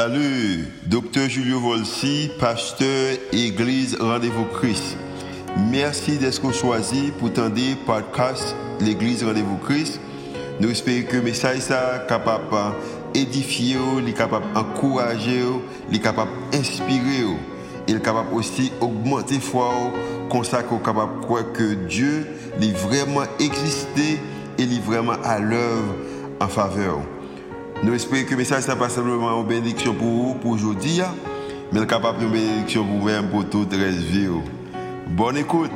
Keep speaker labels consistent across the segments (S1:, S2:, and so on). S1: Salut, docteur Julio Volsi, pasteur Église Rendez-vous Christ. Merci d'être choisi pour tendre podcast l'Église Rendez-vous Christ. Nous espérons que le message est capable d'édifier, capable d'encourager, capable d'inspirer. Il est capable aussi d'augmenter la foi, consacrer capable de croire que Dieu est vraiment existé et est vraiment à l'œuvre en faveur. Nous espérons que le message n'est pas simplement une bénédiction pour vous, pour aujourd'hui, mais capable une bénédiction pour vous-même, pour toute la vie. Bonne écoute.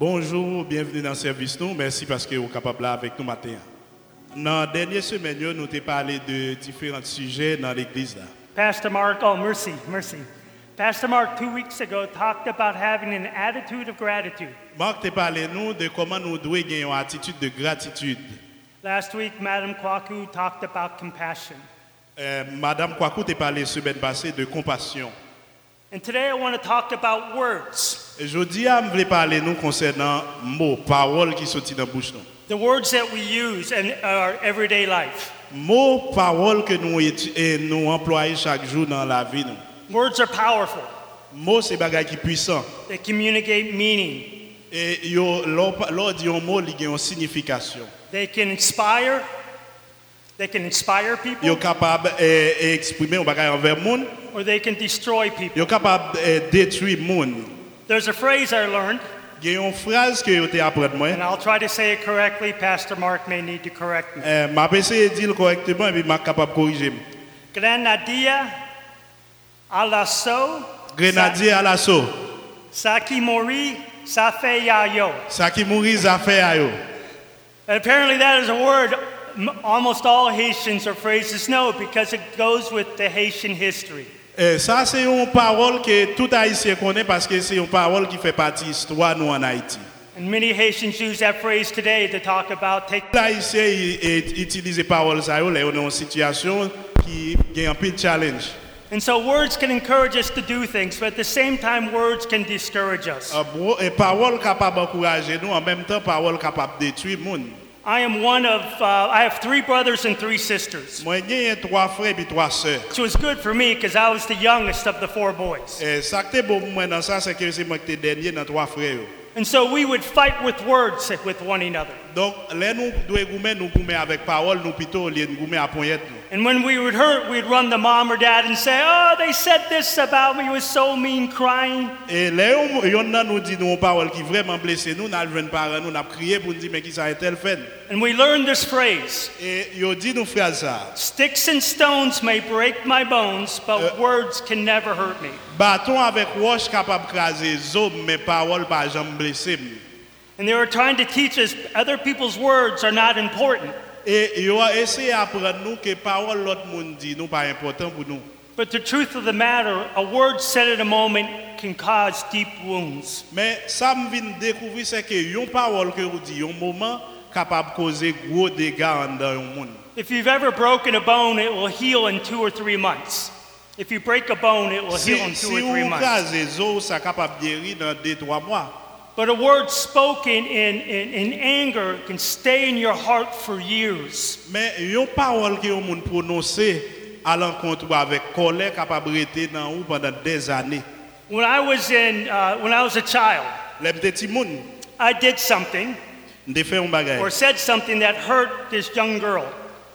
S2: Bonjour, bienvenue dans le service. Nous. Merci parce que vous êtes capable là avec nous matin. Dans la dernière semaine, nous avons parlé de différents sujets dans l'église. là.
S3: Pastor Mark, oh, mercy, mercy. Pastor Mark, two weeks ago, talked about having an attitude of gratitude.
S2: Marc t'a parlé nous de comment nous devons gagner une attitude de gratitude.
S3: Last week, Madam Kwaku talked about compassion.
S2: Euh, Madame Kwaku t'a parlé semaine passée de compassion.
S3: And today I want to talk about words
S2: Aujourd'hui, je voulais parler nous concernant mots, paroles qui sortent dans la bouche. nous.
S3: the words that we use in our everyday life.
S2: Mots, paroles que nous, étu- et nous employons chaque jour dans la vie. nous.
S3: Words are powerful,
S2: Mots, c'est des qui puissant.
S3: they communicate meaning,
S2: Et yo, lor, lor dit un mot, il y a une signification.
S3: they can inspire, they can inspire
S2: Ils sont
S3: people,
S2: capables d'exprimer eh, un bagage envers le monde.
S3: or they can destroy people.
S2: Ils sont capables de détruire le monde.
S3: There's a phrase I learned,
S2: Il y a une phrase que vous appris de moi.
S3: and I'll try to say it correctly. Pastor Mark may need to correct me.
S2: Euh, m'a essayé de dire correctement et puis m'a capable de corriger.
S3: Grenadilla alasso
S2: Grenadier à l'assaut.
S3: sakimori safeyayo.
S2: Ça qui mourit, ça fait à eux.
S3: And apparently, that is a word m- almost all Haitians or phrases know because it goes with the Haitian history.
S2: Euh, Ça, c'est une parole que tout Haïtien connaît parce que c'est une parole qui fait partie de l'histoire nous en Haïti.
S3: And many Haitians use that phrase today to talk about taking.
S2: Les Haïtiens ils- ils utilisent ces paroles ça, ils sont dans une situation qui est un peu de challenge.
S3: And so, words can encourage us to do things, but at the same time, words can discourage us.
S2: Euh, bro- Et paroles capables d'encourager nous, en même temps, paroles capables de détruire le monde.
S3: I am one of, uh, I have three brothers and three sisters,
S2: Moi, j'ai trois frères et trois sœurs.
S3: which was good for me because I was the youngest of the four boys.
S2: Et ça qui est bon pour moi dans ça, c'est que c'est moi qui suis dernier dans trois frères.
S3: And so we would fight with words with one another.
S2: Donc, là, nous devons goumer, nous goumer avec parole, nous plutôt, au lieu de goumer à poignette. nous.
S3: And when we would hurt, we'd run to mom or dad and say, Oh, they said this about me. It was so mean crying.
S2: Et là, on- on a nous dit nous une parole qui vraiment blessé nous, nous avons parents, nous avons crié pour nous dire, mais qui ça a tel fait.
S3: And we learned this phrase
S2: Et ils dit nous, frère, ça,
S3: Sticks and stones may break my bones, but words can never hurt me.
S2: bâton avec roche capable de craser les hommes, mais parole pas jamais blessé.
S3: And they were trying to teach us other people's words are not important.
S2: Et ils ont essayé d'apprendre nous que parole l'autre monde dit nous pas important pour nous.
S3: But the truth of the matter, a word said at a moment can cause deep wounds.
S2: Mais ça me vient de découvrir, c'est que une parole que vous dit, un moment capable de causer gros dégâts en dans un monde.
S3: If you've ever broken a bone, it will heal in two or three months. If you break a bone, it will
S2: Si,
S3: heal in two
S2: si
S3: or three
S2: vous
S3: months.
S2: crasez les os, ça capable de guérir dans 2-3 mois.
S3: But a word spoken in, in, in anger can stay in your heart for years.
S2: Mais une parole que vous monde prononcée à l'encontre avec colère capable de rester dans vous pendant des années.
S3: When I was in, uh, when I was a child,
S2: Les petits monde,
S3: I did something
S2: m'te fait un bagage.
S3: or said something that hurt this young girl.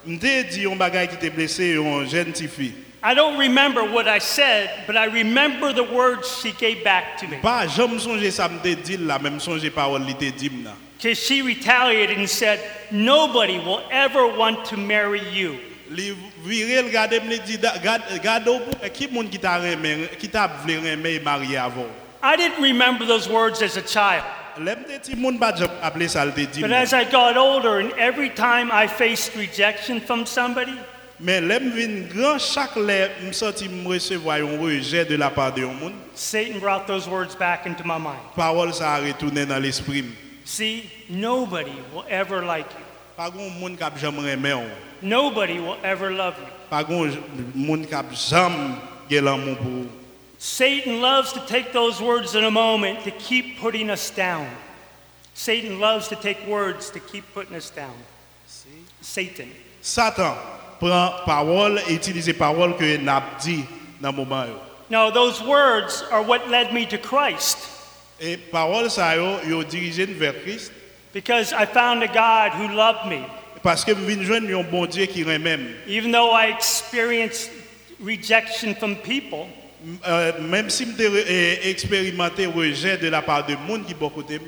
S2: M'te dit un bagage qui te blessé une jeune petite fille.
S3: I don't remember what I said, but I remember the words she gave back to me
S2: Pas jamais songer ça m'te dit là, même songer parole li te dit m'na.
S3: because she retaliated and said, "Nobody will ever want to marry you."
S2: Li viré le gade me dit gade pour qui monde qui t'a remé qui t'a e voulu remé et marié avant.
S3: I didn't remember those words as a child,
S2: Les petits monde pas jamais appelé ça le te dit.
S3: but
S2: m'na.
S3: as I got older, and every time I faced rejection from somebody,
S2: Men lem vin gran chak le m senti m resevoy yon rejet de la part de yon moun,
S3: Satan brought those words back into my mind.
S2: parol sa a retounen nan l'esprim.
S3: See, nobody will ever like you.
S2: Pa gon moun kap jam remen yon,
S3: Nobody will ever love you.
S2: pa gon j- moun kap jam gen lan moun pou. ou.
S3: Satan loves to take those words in a moment to keep putting us down. Satan loves to take words to keep putting us down. Satan.
S2: Satan prend parole et utilise parole que n'a dit dans le moment. yo.
S3: Now, those words are what led me to Christ
S2: Et parole ça E yo, yo dirigé vers Christ
S3: because I found a God who loved me.
S2: parce que vinn joindre un bon Dieu qui m'aime.
S3: Even though I experienced rejection from people,
S2: Euh, même si je eh, expérimenté rejet de la part de monde qui bon côté,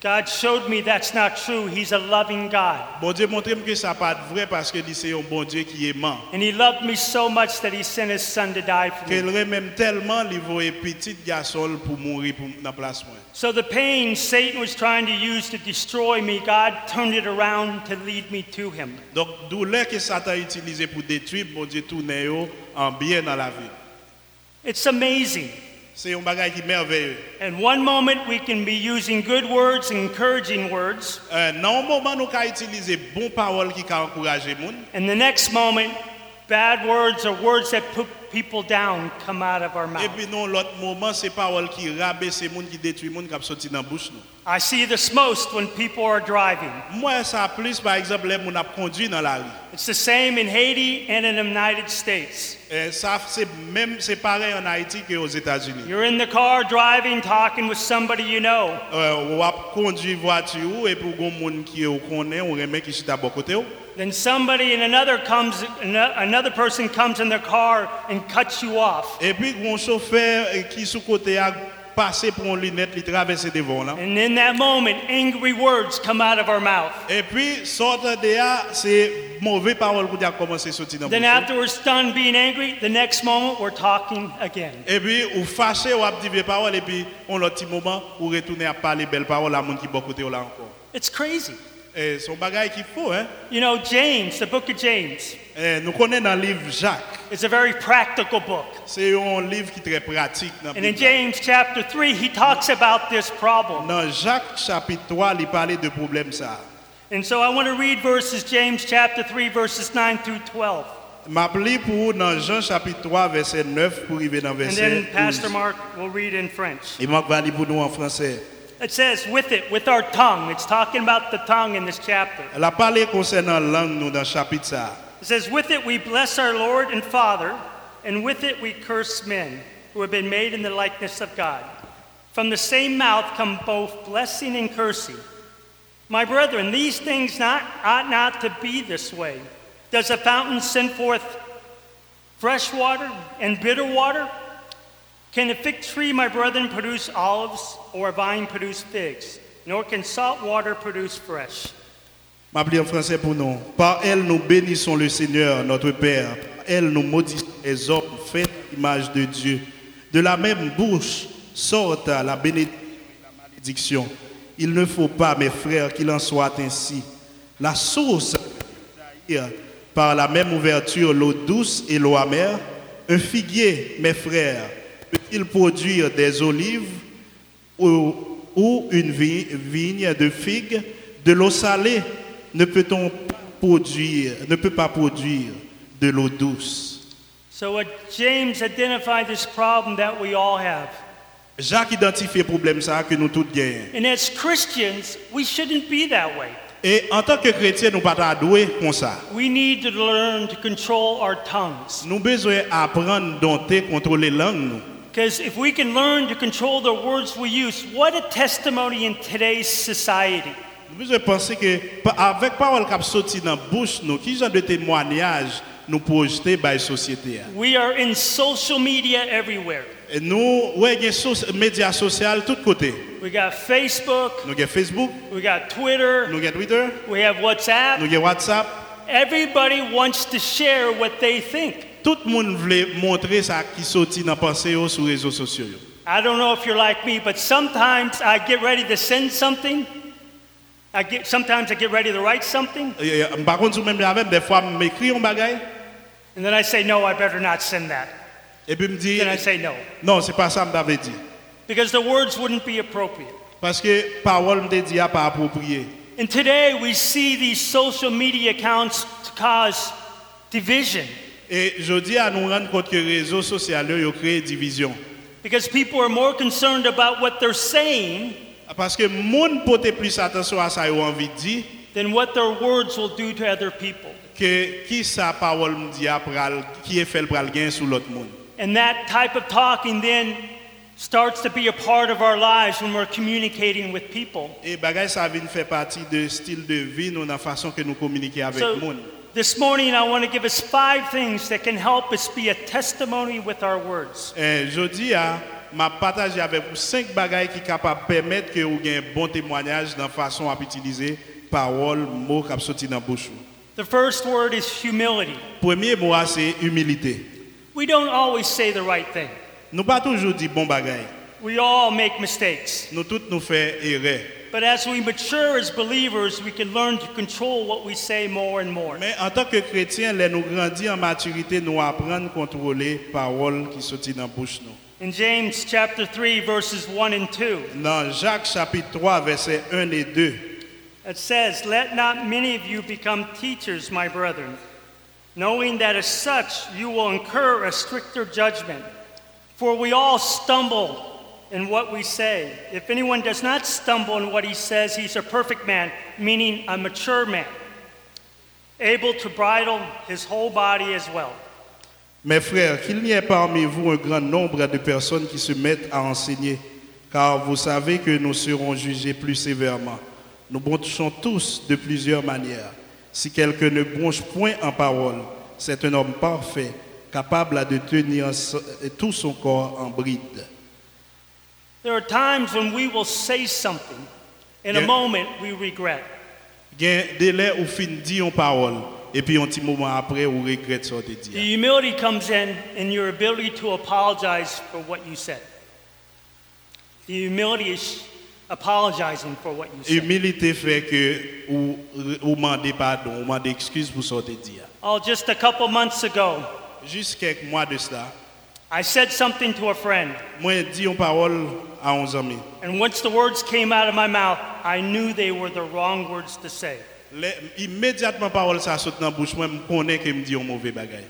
S3: God showed me that's not true. He's a loving God.
S2: bon Dieu montre que ça pas de vrai parce que lui, c'est un bon Dieu qui est aimant.
S3: And He loved me so much that He sent His Son to die for me.
S2: Qu'elle même tellement les voyait petit garçon pour mourir pour, dans place moi.
S3: So the pain Satan was trying to use to destroy me, God turned it around to lead me to Him.
S2: Donc douleur que Satan utilisé pour détruire, bon Dieu tourner yo en bien dans la vie.
S3: It's amazing.
S2: C'est un bagage qui est merveilleux.
S3: In one moment, we can be using good words, encouraging words,
S2: Euh, dans un moment nous avons utilisé bon parole qui a encouragé monde.
S3: and the next moment, bad words or words that put people down come out of our
S2: Et
S3: mouth.
S2: puis dans l'autre moment, c'est parole qui rabaisse les monde qui détruit monde qui a sorti dans la bouche nous.
S3: I see this most when people are driving.
S2: Moi, ça plus, par exemple, les gens qui conduit dans la rue.
S3: It's the same in Haiti and in the United States.
S2: Euh, ça, c'est même c'est pareil en Haïti qu'aux États-Unis.
S3: You're in the car driving, talking with somebody you know,
S2: Euh, on a conduit voiture et pour les gens qui on connaît, on remet qui sont à bon côté. ou.
S3: then somebody and another comes, an- another person comes in their car and cuts you off,
S2: Et puis, un chauffeur euh, qui sous côté a passé pour une lunette, il traverse devant là.
S3: and in that moment, angry words come out of our mouth.
S2: Et puis, sortant de là, c'est mauvais parole qui a commencé à sortir dans la
S3: Then
S2: bouche.
S3: after we're done being angry, the next moment we're talking again.
S2: Et puis, ou fâché, ou abdi vieille parole, et puis, on l'autre petit moment, ou retourner à parler belle parole à monde qui bon côté ou là encore.
S3: It's crazy.
S2: Et son bagage qu'il faut, hein.
S3: You know, James, the book of James,
S2: Eh, nous connaissons dans le livre Jacques,
S3: is a very practical book.
S2: c'est un livre qui est très pratique. Dans,
S3: And in
S2: Bible.
S3: James chapter 3, he talks about this problem.
S2: Dans Jacques chapitre 3, il parlait de problème ça.
S3: And so I want to read verses, James chapter 3, verses 9 through 12.
S2: M'a pris pour vous dans Jean chapitre 3, verset 9, pour arriver dans
S3: And
S2: verset
S3: then Pastor
S2: 12.
S3: Mark will read in French.
S2: Et Marc va lire pour nous en français.
S3: It says, with it, with our tongue. It's talking about the tongue in this chapter.
S2: Elle a parlé concernant la langue nous dans le chapitre ça.
S3: It says, with it we bless our Lord and Father, and with it we curse men who have been made in the likeness of God. From the same mouth come both blessing and cursing. My brethren, these things not, ought not to be this way. Does a fountain send forth fresh water and bitter water? Can a fig tree, my brethren, produce olives, or a vine produce figs? Nor can salt water produce fresh.
S2: M'a pris en français pour nous. Par elle, nous bénissons le Seigneur, notre Père. Par elle, nous maudissons les hommes faits à l'image de Dieu. De la même bouche sortent la bénédiction et la malédiction. Il ne faut pas, mes frères, qu'il en soit ainsi. La source jaillir par la même ouverture l'eau douce et l'eau amère. Un figuier, mes frères, peut-il produire des olives ou, ou une vi- vigne de figues, de l'eau salée ne peut-on pas produire, ne peut pas produire de l'eau douce.
S3: So what James identified this problem that we all have.
S2: Jacques identifie le problème ça que nous tous gagnons.
S3: And as Christians, we shouldn't be that way.
S2: Et en tant que chrétiens, nous ne sommes pas doués comme ça.
S3: We need to learn to control our tongues.
S2: Nous avons besoin d'apprendre, dompter, contrôler la langue. nous.
S3: Because if we can learn to control the words we use, what a testimony in today's society.
S2: Nous avons besoin de penser que, pa- avec parole qui a sorti dans la bouche, nous, qui genre de témoignage nous projeter par la société. hein.
S3: We are in social media everywhere.
S2: Et nous, nous avons des médias sociaux de tous côtés.
S3: We got Facebook,
S2: Nous avons Facebook,
S3: we got Twitter,
S2: nous avons Twitter,
S3: we have WhatsApp.
S2: Nous avons WhatsApp.
S3: Everybody wants to share what they think.
S2: Tout le monde voulait montrer ça qui sortit dans la pensée yo sur les réseaux sociaux. yo.
S3: I don't know if you're like me, but sometimes I get ready to send something. I get sometimes I get ready to write something,
S2: Et, et, E, Par contre, même avec, des fois, je m'écris un bagage
S3: and then I say, "No, I better not send that."
S2: et puis je me dis,
S3: Then I say no
S2: non, c'est pas ça que je t'avais dit.
S3: because the words wouldn't be appropriate.
S2: Parce que parole me dit à pas approprié.
S3: And today we see these social media accounts to cause division
S2: Et E, je dis à nous rendre compte que les réseaux sociaux yo, ont créé division.
S3: because people are more concerned about what they're saying
S2: Parce que le monde porte plus attention à ça qu'ils ont envie de dire
S3: than what their words will do to other people.
S2: que qui sa parole me dit après qui est fait le pral gain sur l'autre monde.
S3: And that type of talking then starts to be a part of our lives when we're communicating with people.
S2: Et E bagay ça vient faire partie de style de vie nous la façon que nous communiquons avec le
S3: So
S2: monde.
S3: this morning, I want to give us five things that can help us be a testimony with our words.
S2: Et Eh, je dis à m'a partagé avec vous cinq bagailles qui capable permettre que vous gain bon témoignage dans façon à utiliser parole, mots qui sorti dans bouche.
S3: The first word is humility.
S2: Premier mot a, c'est humilité.
S3: We don't always say the right thing.
S2: Nous pas toujours dit bon bagaille.
S3: We all make mistakes.
S2: Nous tous nous fait erreur.
S3: But as we mature as believers, we can learn to control what we say more and more.
S2: Mais en tant que chrétien, les nous grandir en maturité, nous apprendre à contrôler parole qui sorti dans bouche nous.
S3: In James chapter 3 verses 1 and 2,
S2: Dans Jacques chapitre 3 verset 1 et 2,
S3: it says, "Let not many of you become teachers, my brethren, knowing that as such you will incur a stricter judgment. For we all stumble in what we say. If anyone does not stumble in what he says, he's a perfect man, meaning a mature man, able to bridle his whole body as well."
S2: Mes frères, qu'il n'y ait parmi vous un grand nombre de personnes qui se mettent à enseigner, car vous savez que nous serons jugés plus sévèrement. Nous bronchons tous de plusieurs manières. Si quelqu'un ne bronche point en parole, c'est un homme parfait, capable de tenir so- tout son corps en bride.
S3: There are times when we will say something in a
S2: Yeah.
S3: moment we regret.
S2: Il y a un délai où fin dit en parole, et puis un petit moment après, on regrette ce de
S3: The
S2: dire.
S3: humility comes in in your ability to apologize for what you said. The humility is apologizing for what you said.
S2: Humilité fait que vous demandez pardon, vous demandez excuse pour ce de dire.
S3: Oh, just a couple months ago,
S2: Juste quelques mois de cela,
S3: I said something to a friend,
S2: moi dit une parole à 11 amis.
S3: and once the words came out of my mouth, I knew they were the wrong words to say.
S2: Les- immédiatement parole ça saute dans la bouche, moi je connais que me dit un mauvais bagage.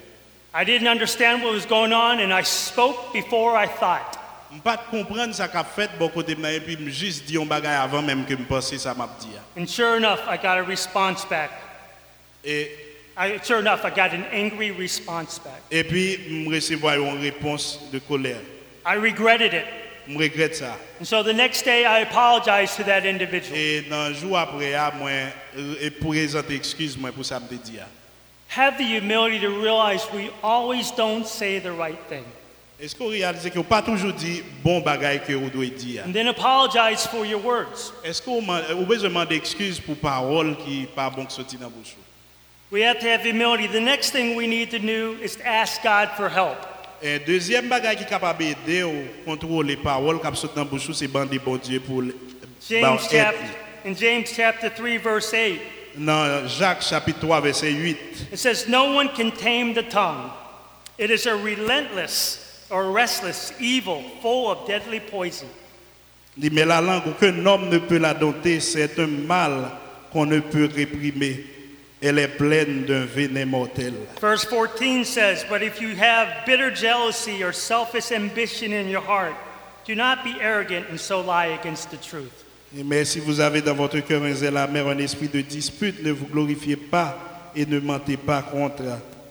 S3: I didn't understand what was going on, and I spoke before I thought.
S2: Je pas de comprendre ça qu'a fait bon côté de et puis me juste dit un bagage avant même que me penser ça m'a dit.
S3: And sure enough, I got a response back.
S2: Et
S3: I, sure enough, I got an angry response back.
S2: et puis me recevoir une réponse de colère.
S3: I regretted it.
S2: Je regrette ça.
S3: And so the next day, I apologized to that individual.
S2: Et dans le jour après ah, moi euh, et pour présenter excuse moi pour ça me dit. ah.
S3: Have the humility to realize we always don't say the right thing.
S2: Est-ce qu'on réalise que vous pas toujours dit bon bagage que vous devez dire?
S3: And then apologize for your words.
S2: Est-ce qu'on man- euh, vous besoin demander excuse pour parole qui pas bon que sorti dans la bouche?
S3: We have to have humility. The next thing we need to do is to ask God for help.
S2: Et deuxième bagage qui est capable d'aider à contrôler les paroles qui sortent dans la bouche, c'est bander bon Dieu pour le-
S3: James
S2: bon,
S3: chapter,
S2: aide.
S3: in James chapter 3, verse 8,
S2: Dans Jacques chapitre 3, verset 8,
S3: it says, No one can tame the tongue. It is a relentless or restless evil full of deadly poison.
S2: il dit, mais la langue, aucun homme ne peut la dompter, c'est un mal qu'on ne peut réprimer. Elle est pleine d'un venin mortel.
S3: Verse 14 says, But if you have bitter jealousy or selfish ambition in your heart, do not be arrogant and so lie against the truth.
S2: Et Mais si vous avez dans votre cœur un zèle amer, un esprit de dispute, ne vous glorifiez pas et ne mentez pas contre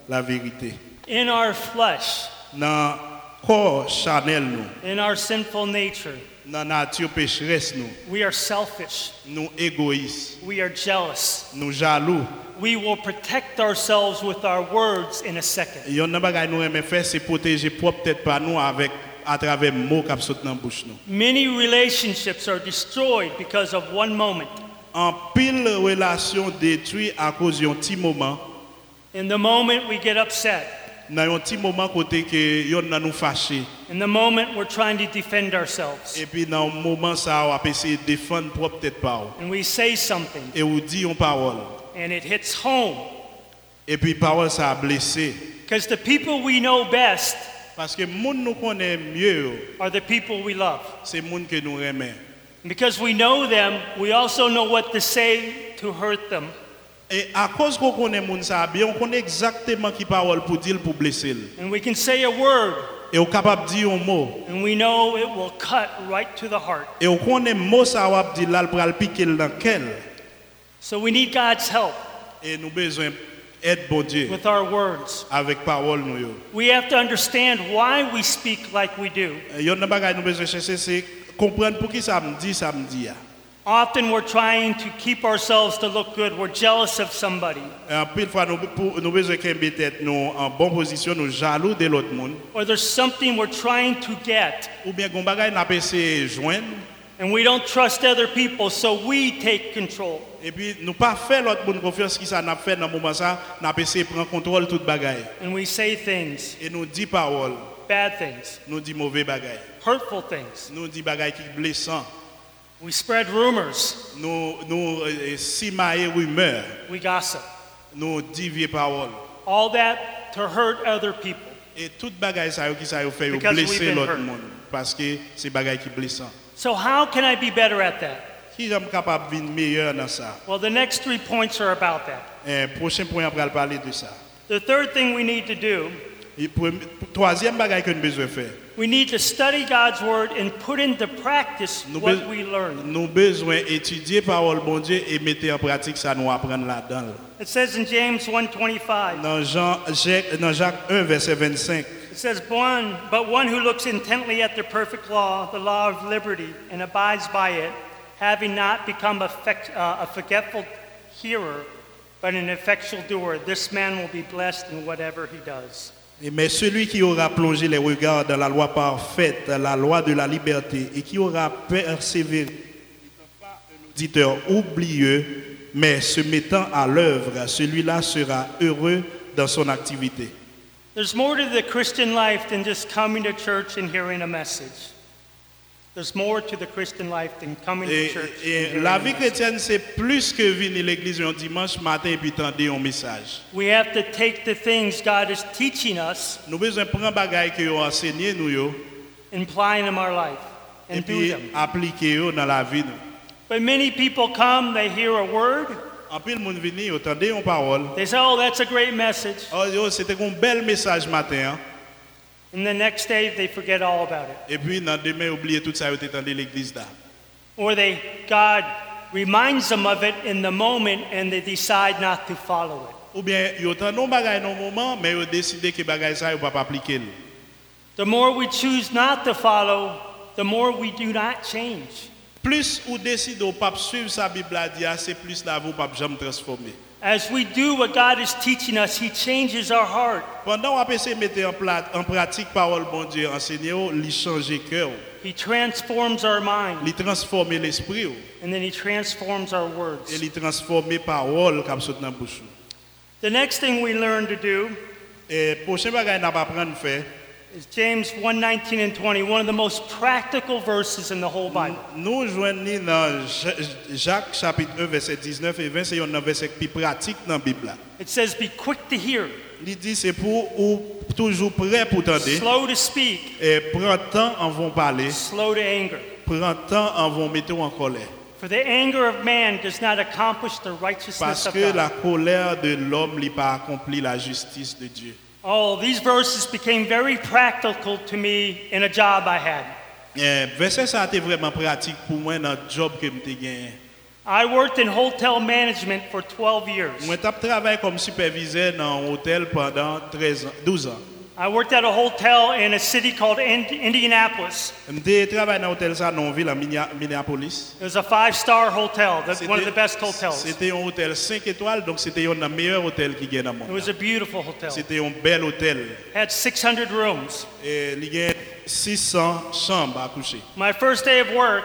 S2: la vérité.
S3: In our flesh,
S2: Dans le corps charnel, nous,
S3: in our sinful nature,
S2: dans la nature pécheresse, nous,
S3: we are selfish,
S2: nous égoïstes.
S3: we are jealous.
S2: nous jaloux.
S3: We will protect ourselves with our words in a second.
S2: Yon nan bagay nou reme fè, se protéger propre tête pa nou avec à travers mots qui sortent dans bouche nous.
S3: Many relationships are destroyed because of one moment.
S2: En pile relation détruit à cause d'un petit moment,
S3: In the moment we get upset,
S2: dans un petit moment côté que yon nan nous fâché
S3: in the moment we're trying to defend ourselves,
S2: et puis dans un moment ça on a essayé de défendre propre tête pa ou.
S3: and we say something,
S2: Et ou dit une parole
S3: and it hits home.
S2: et puis parole ça a blessé
S3: Because the people we know best
S2: parce que moun nous connaît mieux,
S3: are the people we love.
S2: c'est moun que nous remet.
S3: And because we know them, we also know what to say to hurt them.
S2: Et à cause qu'on connaît moun ça bien, on connaît exactement qui parole pour dire pour blesser. le.
S3: And we can say a word,
S2: Et on capable de dire un mot
S3: and we know it will cut right to the heart.
S2: Et on connaît mot ça wap dit là le pral piquer dans quel
S3: So we need God's help.
S2: et nous besoin aide bon Dieu
S3: with our words.
S2: avec parole nous. yo.
S3: We have to understand why we speak like we do.
S2: Yon nan bagay nou bezwe chese se kompren pou ki sa m di, sa m di ya.
S3: Often we're trying to keep ourselves to look good. We're jealous of somebody,
S2: An pil fwa nou, pou, nou bezwe kembe tet nou an bon posisyon nou jalou de lot moun.
S3: or there's something we're trying to get,
S2: Ou bien goun bagay nan pese jwen.
S3: and we don't trust other people, so we take control.
S2: E pi nou pa fe lot moun konfians ki sa nan fe nan mouman sa, nan pese pren kontrol tout bagay.
S3: And we say things,
S2: E nou di parol,
S3: bad things,
S2: nou di mouve bagay.
S3: hurtful things.
S2: Nou di bagay ki blesan.
S3: We spread rumors,
S2: Nou, nou eh, simaye rumeur.
S3: we gossip.
S2: Nou di vie parol.
S3: All that to hurt other people.
S2: E tout bagay sa yo ki sa yo fe yo
S3: Because we've
S2: blese
S3: been
S2: lot
S3: hurt.
S2: moun. Paske se bagay ki blesan.
S3: So, how can I be better at that?
S2: Ki jom kapap vin meyèr nan sa?
S3: Well, the next three points are about that.
S2: Eh, prochain point après, le parler de ça.
S3: The third thing we need to do,
S2: Et pour- pour- troisième bagaille que nous besoin faire.
S3: we need to study God's word and put into practice
S2: Nous,
S3: what
S2: be-
S3: we learn.
S2: nous besoin étudier parole bon Dieu et mettre en pratique ça nous apprendre là-dedans.
S3: It says in James 1:25.
S2: Dans Jean Jacques, dans Jacques 1 verset 25,
S3: It says, "One, but one who looks intently at the perfect law, the law of liberty, and abides by it, having not become a, fec- uh, a forgetful hearer, but an effectual doer, this man will be blessed in whatever he does."
S2: Et mais celui qui aura plongé les regards dans la loi parfaite, la loi de la liberté et qui aura persévéré n'étant pas un auditeur oublieux, mais se mettant à l'œuvre, celui-là sera heureux dans son activité.
S3: There's more to the Christian life than just coming to church and hearing a message. There's more to the Christian life than coming
S2: Et,
S3: to church. and
S2: et
S3: hearing
S2: la
S3: a
S2: vie
S3: message.
S2: chrétienne, c'est plus que venir à l'église un dimanche matin et puis tendre un message.
S3: We have to take the things God is teaching us
S2: Nous besoin prendre bagaille que vous enseigné nous yo,
S3: implying them our life
S2: et
S3: and do
S2: puis
S3: them.
S2: appliquer yo dans la vie nous.
S3: But many people come, they hear a word,
S2: En pile monde venir, yo tendez une parole.
S3: they say, "Oh, that's a great message,"
S2: Oh yo, c'était un bel message matin hein.
S3: and the next day they forget all about it.
S2: et puis dans demain oublier tout ça yo tendez l'église là.
S3: Or they God reminds them of it in the moment and they decide not to follow it.
S2: Ou bien yo tendez bagaille dans un moment mais yo décidé que bagaille ça yo pas appliquer. le.
S3: The more we choose not to follow, the more we do not change.
S2: Plus ou décide ou pas suivre sa Bible a dit, ah, c'est plus là vous pas jamais transformer.
S3: As we do what God is teaching us, He changes our heart.
S2: Pendant qu'on essaie de mettre en, pla- en pratique parole bon Dieu enseigné, il change cœur,
S3: He transforms our mind,
S2: il transforme l'esprit ou,
S3: and then He transforms our
S2: et
S3: words.
S2: il transforme parole comme saute dans la bouche. ou.
S3: The next thing we learn to do
S2: Et prochain bagage n'a pas apprendre faire.
S3: is James 1:19 and 20, one of the most practical verses in the whole Bible.
S2: Nous joignons dans Ja- Jacques chapitre 1 verset 19 et 20, c'est un verset plus pratique dans la Bible. là.
S3: It says, "Be quick to hear,
S2: Il dit c'est pour ou toujours prêt pour tenter
S3: slow to speak,
S2: et prends temps en vont parler,
S3: slow to anger,
S2: prends temps en vont mettre en colère
S3: for the anger of man does not accomplish the righteousness
S2: parce
S3: of
S2: que
S3: God."
S2: la colère de l'homme n'a pas accompli la justice de Dieu.
S3: Oh, these verses became very practical to me in a job I had.
S2: Eh, verset ça a été vraiment pratique pour moi dans le job que j'ai gagné.
S3: I worked in hotel management for 12 years.
S2: Moi, j'ai travaillé comme superviseur dans un hôtel pendant 13 ans, 12 ans.
S3: I worked at a hotel in a city called Ind- Indianapolis.
S2: J'ai travaillé dans un hôtel ça dans une ville à Minna- Minneapolis.
S3: It was a five-star hotel, that's one of the
S2: C'était-
S3: best hotels. It
S2: C'était un hôtel 5 étoiles, donc c'était un des meilleurs hôtels qui gagne dans le monde.
S3: was a beautiful hotel.
S2: C'était un bel hôtel.
S3: had 600 rooms.
S2: Et il y a 600 chambres à coucher.
S3: My first day of work,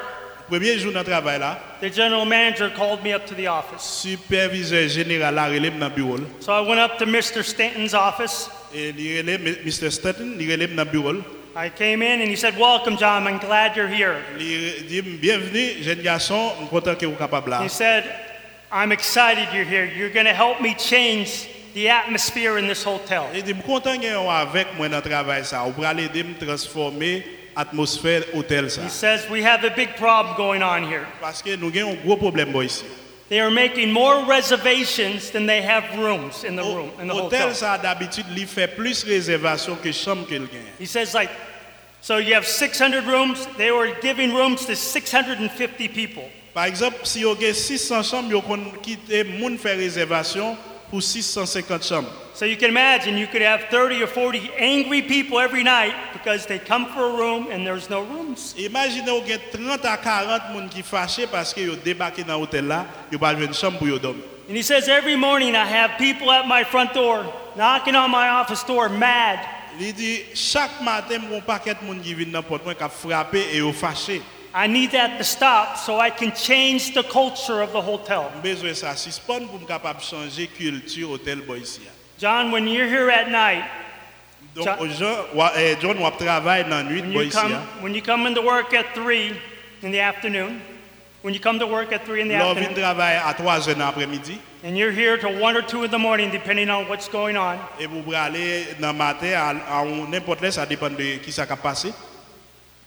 S2: Premier jour dans le travail là,
S3: the general manager called me up to the office.
S2: superviseur général a relève dans le bureau. là.
S3: So I went up to Mr. Stanton's office.
S2: Et il relève Mr. Stanton, il relève dans le bureau. là.
S3: I came in and he said, Welcome, John, I'm glad you're here.
S2: Il dit bienvenue, jeune garçon, je suis content que vous êtes capable là.
S3: He said, I'm excited you're here. You're going to help me change the atmosphere in this hotel.
S2: Il dit je suis content que vous avec moi dans le travail ça. Vous allez aider me transformer l'atmosphère hôtel ça.
S3: He says, We have a big problem going on here.
S2: Parce que nous avons un gros problème bon, ici.
S3: They are making more reservations than they have rooms in the
S2: Oh,
S3: room in the
S2: Hôtel
S3: hotel.
S2: ça d'habitude il fait plus réservation que chambre qu'il gagne.
S3: He says like so you have 600 rooms, they were giving rooms to 650 people.
S2: Par exemple, si vous avez 600 chambres, vous pouvez quitter, les gens faire réservation pour 650 chambres.
S3: So you can imagine you could have 30 or 40 angry people every night because they come for a room and there's no rooms.
S2: Imaginez qu'il y a 30 à 40 personnes qui fâchés parce qu'ils ont débarqué dans l'hôtel là, ils n'ont pas eu une chambre pour eux dormir.
S3: And he says, Every morning I have people at my front door knocking on my office door mad.
S2: Il dit chaque matin, mon paquet de monde qui viennent dans porte moi qui a frappé et ont fâché.
S3: I need that to stop so I can change the culture of the hotel.
S2: J'ai besoin de ça suspendre pour me capable changer culture hôtel boy ici.
S3: John, when you're here at night,
S2: Donc
S3: Ja-
S2: aux gens, wa- eh, John on travaille dans la nuit
S3: when
S2: boy
S3: you
S2: ici.
S3: come,
S2: hein.
S3: when you come into work at 3 in the afternoon, when you come to work at 3 in the
S2: L'on vient
S3: afternoon,
S2: travailler à 3 heures dans l'après-midi
S3: and you're here till 1 or 2 in the morning, depending on what's going on,
S2: et vous pouvez aller dans le matin à, à un- n'importe là, ça dépend de qui ça qui a passé.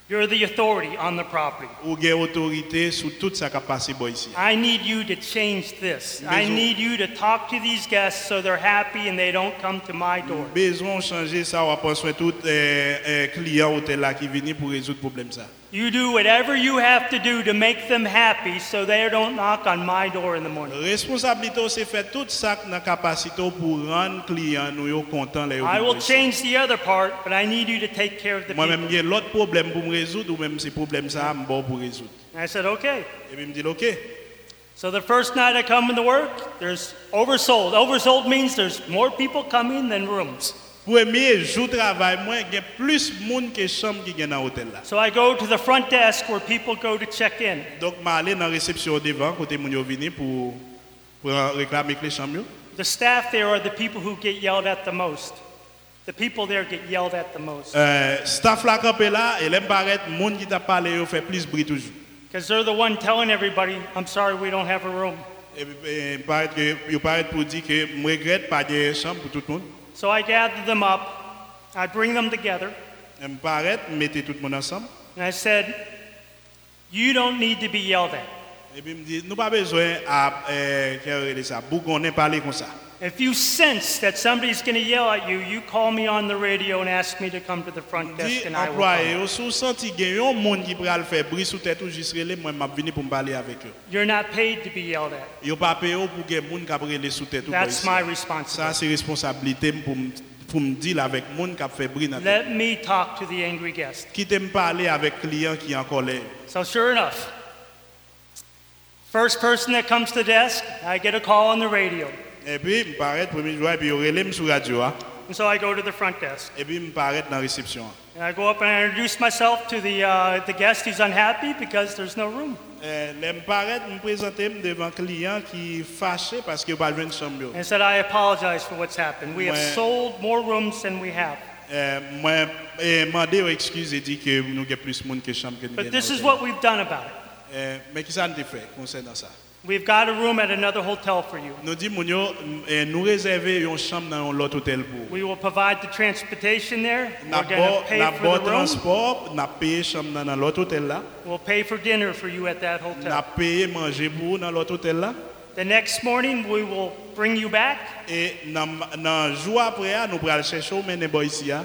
S3: you're the authority on the property.
S2: Ou gain autorité sur tout ça qui a passé boy ici.
S3: I need you to change this. I
S2: Maison.
S3: need you to talk to these guests so they're happy and they don't come to my door.
S2: Besoin de changer ça, on va prendre soin de tout eh, eh, client hôtel là qui vient pour résoudre le problème ça.
S3: You do whatever you have to do to make them happy so they don't knock on my door in the morning.
S2: Responsabilité, c'est faire tout ça dans la capacité pour rendre client nous yo content les
S3: I will change the other part, but I need you to take care of the people.
S2: Moi-même, j'ai l'autre problème pour me résoudre ou même ces problèmes ça, je bon pour résoudre.
S3: And I said, okay.
S2: Et puis, me dit, OK.
S3: So the first night I come into work, there's oversold. Oversold means there's more people coming than rooms.
S2: Premier jour de travail, moi, j'ai plus de monde que chambre qui est dans l'hôtel là.
S3: So I go to the front desk where people go to check in.
S2: Donc, je aller dans la réception devant, côté mon yo venu pour, pour réclamer que les chambres. yo.
S3: The staff there are the people who get yelled at the most. The people there get yelled at the most
S2: Euh, staff là, campé là, et l'aime paraître, monde qui t'a parlé, yo fait plus bruit toujours.
S3: because they're the one telling everybody, I'm sorry, we don't have a room.
S2: Et puis, euh, paraît que- yo paraît pour dire que je regrette pas de chambre pour tout le monde.
S3: So I gather them up, I bring them together,
S2: Je me paraît, mettez tout le monde ensemble.
S3: and I said, You don't need to be yelled at.
S2: Et puis, me dit, nous pas besoin à, euh, qu'est-ce que ça, bougonner, parler comme ça.
S3: If you sense that somebody's going to yell at you, you call me on the radio and ask me to come to the front
S2: Di
S3: desk and I will
S2: employé
S3: come.
S2: yo sou senti gen yon moun ki pral fè bris sou tèt ou jisre le mwen map vini pou m pale avek yo.
S3: You're not paid to be yelled at.
S2: Yo pa pe yo pou gen moun kap rele sou tèt ou
S3: That's my
S2: Sa
S3: responsibility.
S2: se responsabilite m pou m pou m dil avek moun kap fè bris nan tèt.
S3: Let me talk to the angry guest.
S2: Kite m pale avek kliyan ki an kolè.
S3: So sure enough, first person that comes to the desk, I get a call on the radio.
S2: E pi m paret premi jwa e pi yo rele m sou radyo a.
S3: And so I go to the front desk.
S2: E pi m paret nan resepsyon. a.
S3: And I go up and I introduce myself to the, uh, the guest who's unhappy because there's no room.
S2: Eh, le m paret m prezante m devan kliyan ki fache paske yo pal jwen chanm yo.
S3: And I said, I apologize for what's happened. We have
S2: Ouais.
S3: sold more rooms than we have.
S2: Eh, Mwen eh, mande yo ekskuse e di ke nou gen plus moun ke chanm ke nou
S3: But
S2: gen.
S3: this
S2: nan
S3: is
S2: hôtel.
S3: what we've done about it.
S2: Eh, mais qui ça nous fait concernant ça
S3: We've got a room at another hotel for you.
S2: Nous dit moun yo, m- eh, nous réserver une chambre dans l'autre hôtel pour. vous.
S3: We will provide the transportation there.
S2: N'a
S3: We're going
S2: pas
S3: to
S2: n'a
S3: pay
S2: pas
S3: for the room.
S2: transport, n'a payé chambre dans dans l'autre hôtel là,
S3: We'll pay for dinner for you at that
S2: n'a
S3: hotel.
S2: payé manger pour vous dans l'autre hôtel là
S3: The next morning, we will bring you back.
S2: et dans dans jour après ah, nous pral chercher mais n'est pas ici ah.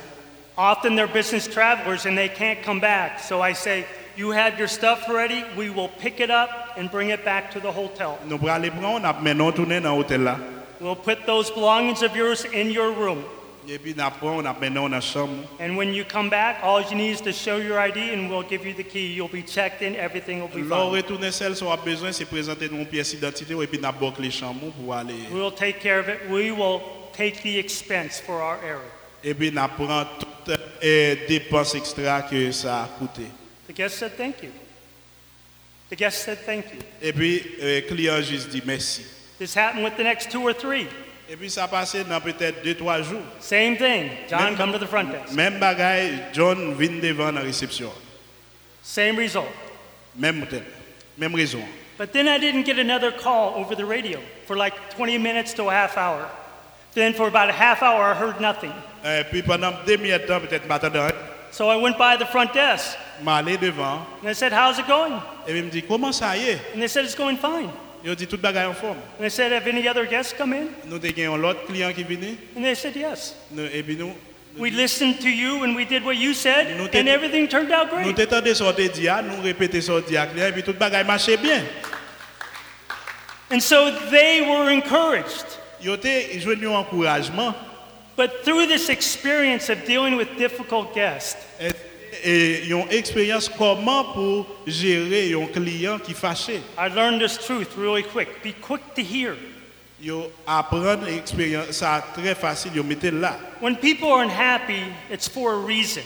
S3: Often they're business travelers and they can't come back. So I say, You have your stuff ready. We will pick it up and bring it back to the hotel.
S2: Nous pral les prendre, n'a maintenant tourner dans l'hôtel là.
S3: We'll put those belongings of yours in your room.
S2: Et puis n'a prend, n'a maintenant dans chambre.
S3: And when you come back, all you need is to show your ID and we'll give you the key. You'll be checked in, everything will be
S2: L'on
S3: fine.
S2: retourner celle qu'on a besoin c'est présenter nos pièces d'identité et puis n'a boc les chambres pour aller.
S3: We'll take care of it. We will take the expense for our error.
S2: et puis nous prenons toutes les dépenses extra que ça a coûté.
S3: The guest said, Thank you. The guest said, Thank you.
S2: Et puis le client juste dit merci.
S3: This happened with the next two or three.
S2: Et puis ça passait dans peut-être deux, trois jours.
S3: Same thing. John,
S2: Même-
S3: come to the front desk.
S2: Même bagaille, John vient devant la réception.
S3: Same result.
S2: Même hôtel, même raison.
S3: But then I didn't get another call over the radio for like 20 minutes to a half hour. Then for about a half hour, I heard nothing.
S2: Et Euh, puis pendant deux minutes de temps, peut-être m'attendant,
S3: So I went by the front desk
S2: m'aller devant.
S3: and I said, How's it going?
S2: Et puis il me dit, comment ça y est
S3: And they said, It's going fine.
S2: Il dit, toute bagaille en forme.
S3: And I said, Have any other guests come in?
S2: Nous avons l'autre client qui venait.
S3: And they said, Yes.
S2: Nous- Et puis nous,
S3: We listened to you and we did what you said,
S2: Nous
S3: and
S2: t'étais-
S3: everything turned out
S2: nous
S3: great.
S2: t'étendons sur tes dia, nous répétons sur dia client, et puis toute bagaille marchait bien.
S3: And so they were encouraged.
S2: Ils ont été- ils ont eu un encouragement
S3: But through this experience of dealing with difficult guests,
S2: et- et ils ont expérience comment pour gérer un client qui est fâché.
S3: I learned this truth really quick. Be quick to hear.
S2: Ils apprennent l'expérience, ça très facile, ils mettent là.
S3: When people are unhappy, it's for a reason.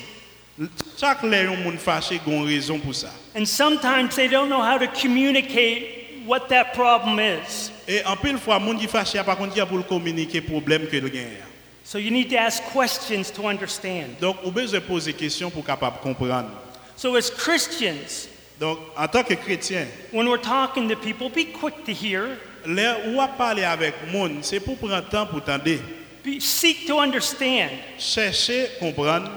S2: Chaque les monde fâché a une raison pour ça.
S3: And sometimes they don't know how to communicate what that problem is.
S2: Et en pile fois, monde qui fâché a pas contre qui a pour le communiquer problème que le gagne.
S3: So you need to ask questions to understand.
S2: Donc, vous besoin de poser des questions pour capable comprendre.
S3: So as Christians,
S2: Donc, en tant que chrétien,
S3: when we're talking to people, be quick to hear.
S2: là où on parler avec monde, c'est pour prendre le temps pour tendre,
S3: Be, seek to understand.
S2: chercher, comprendre.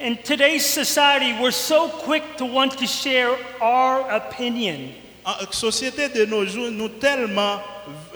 S3: In today's society, we're so quick to want to share our opinion.
S2: En société de nos jours, nous tellement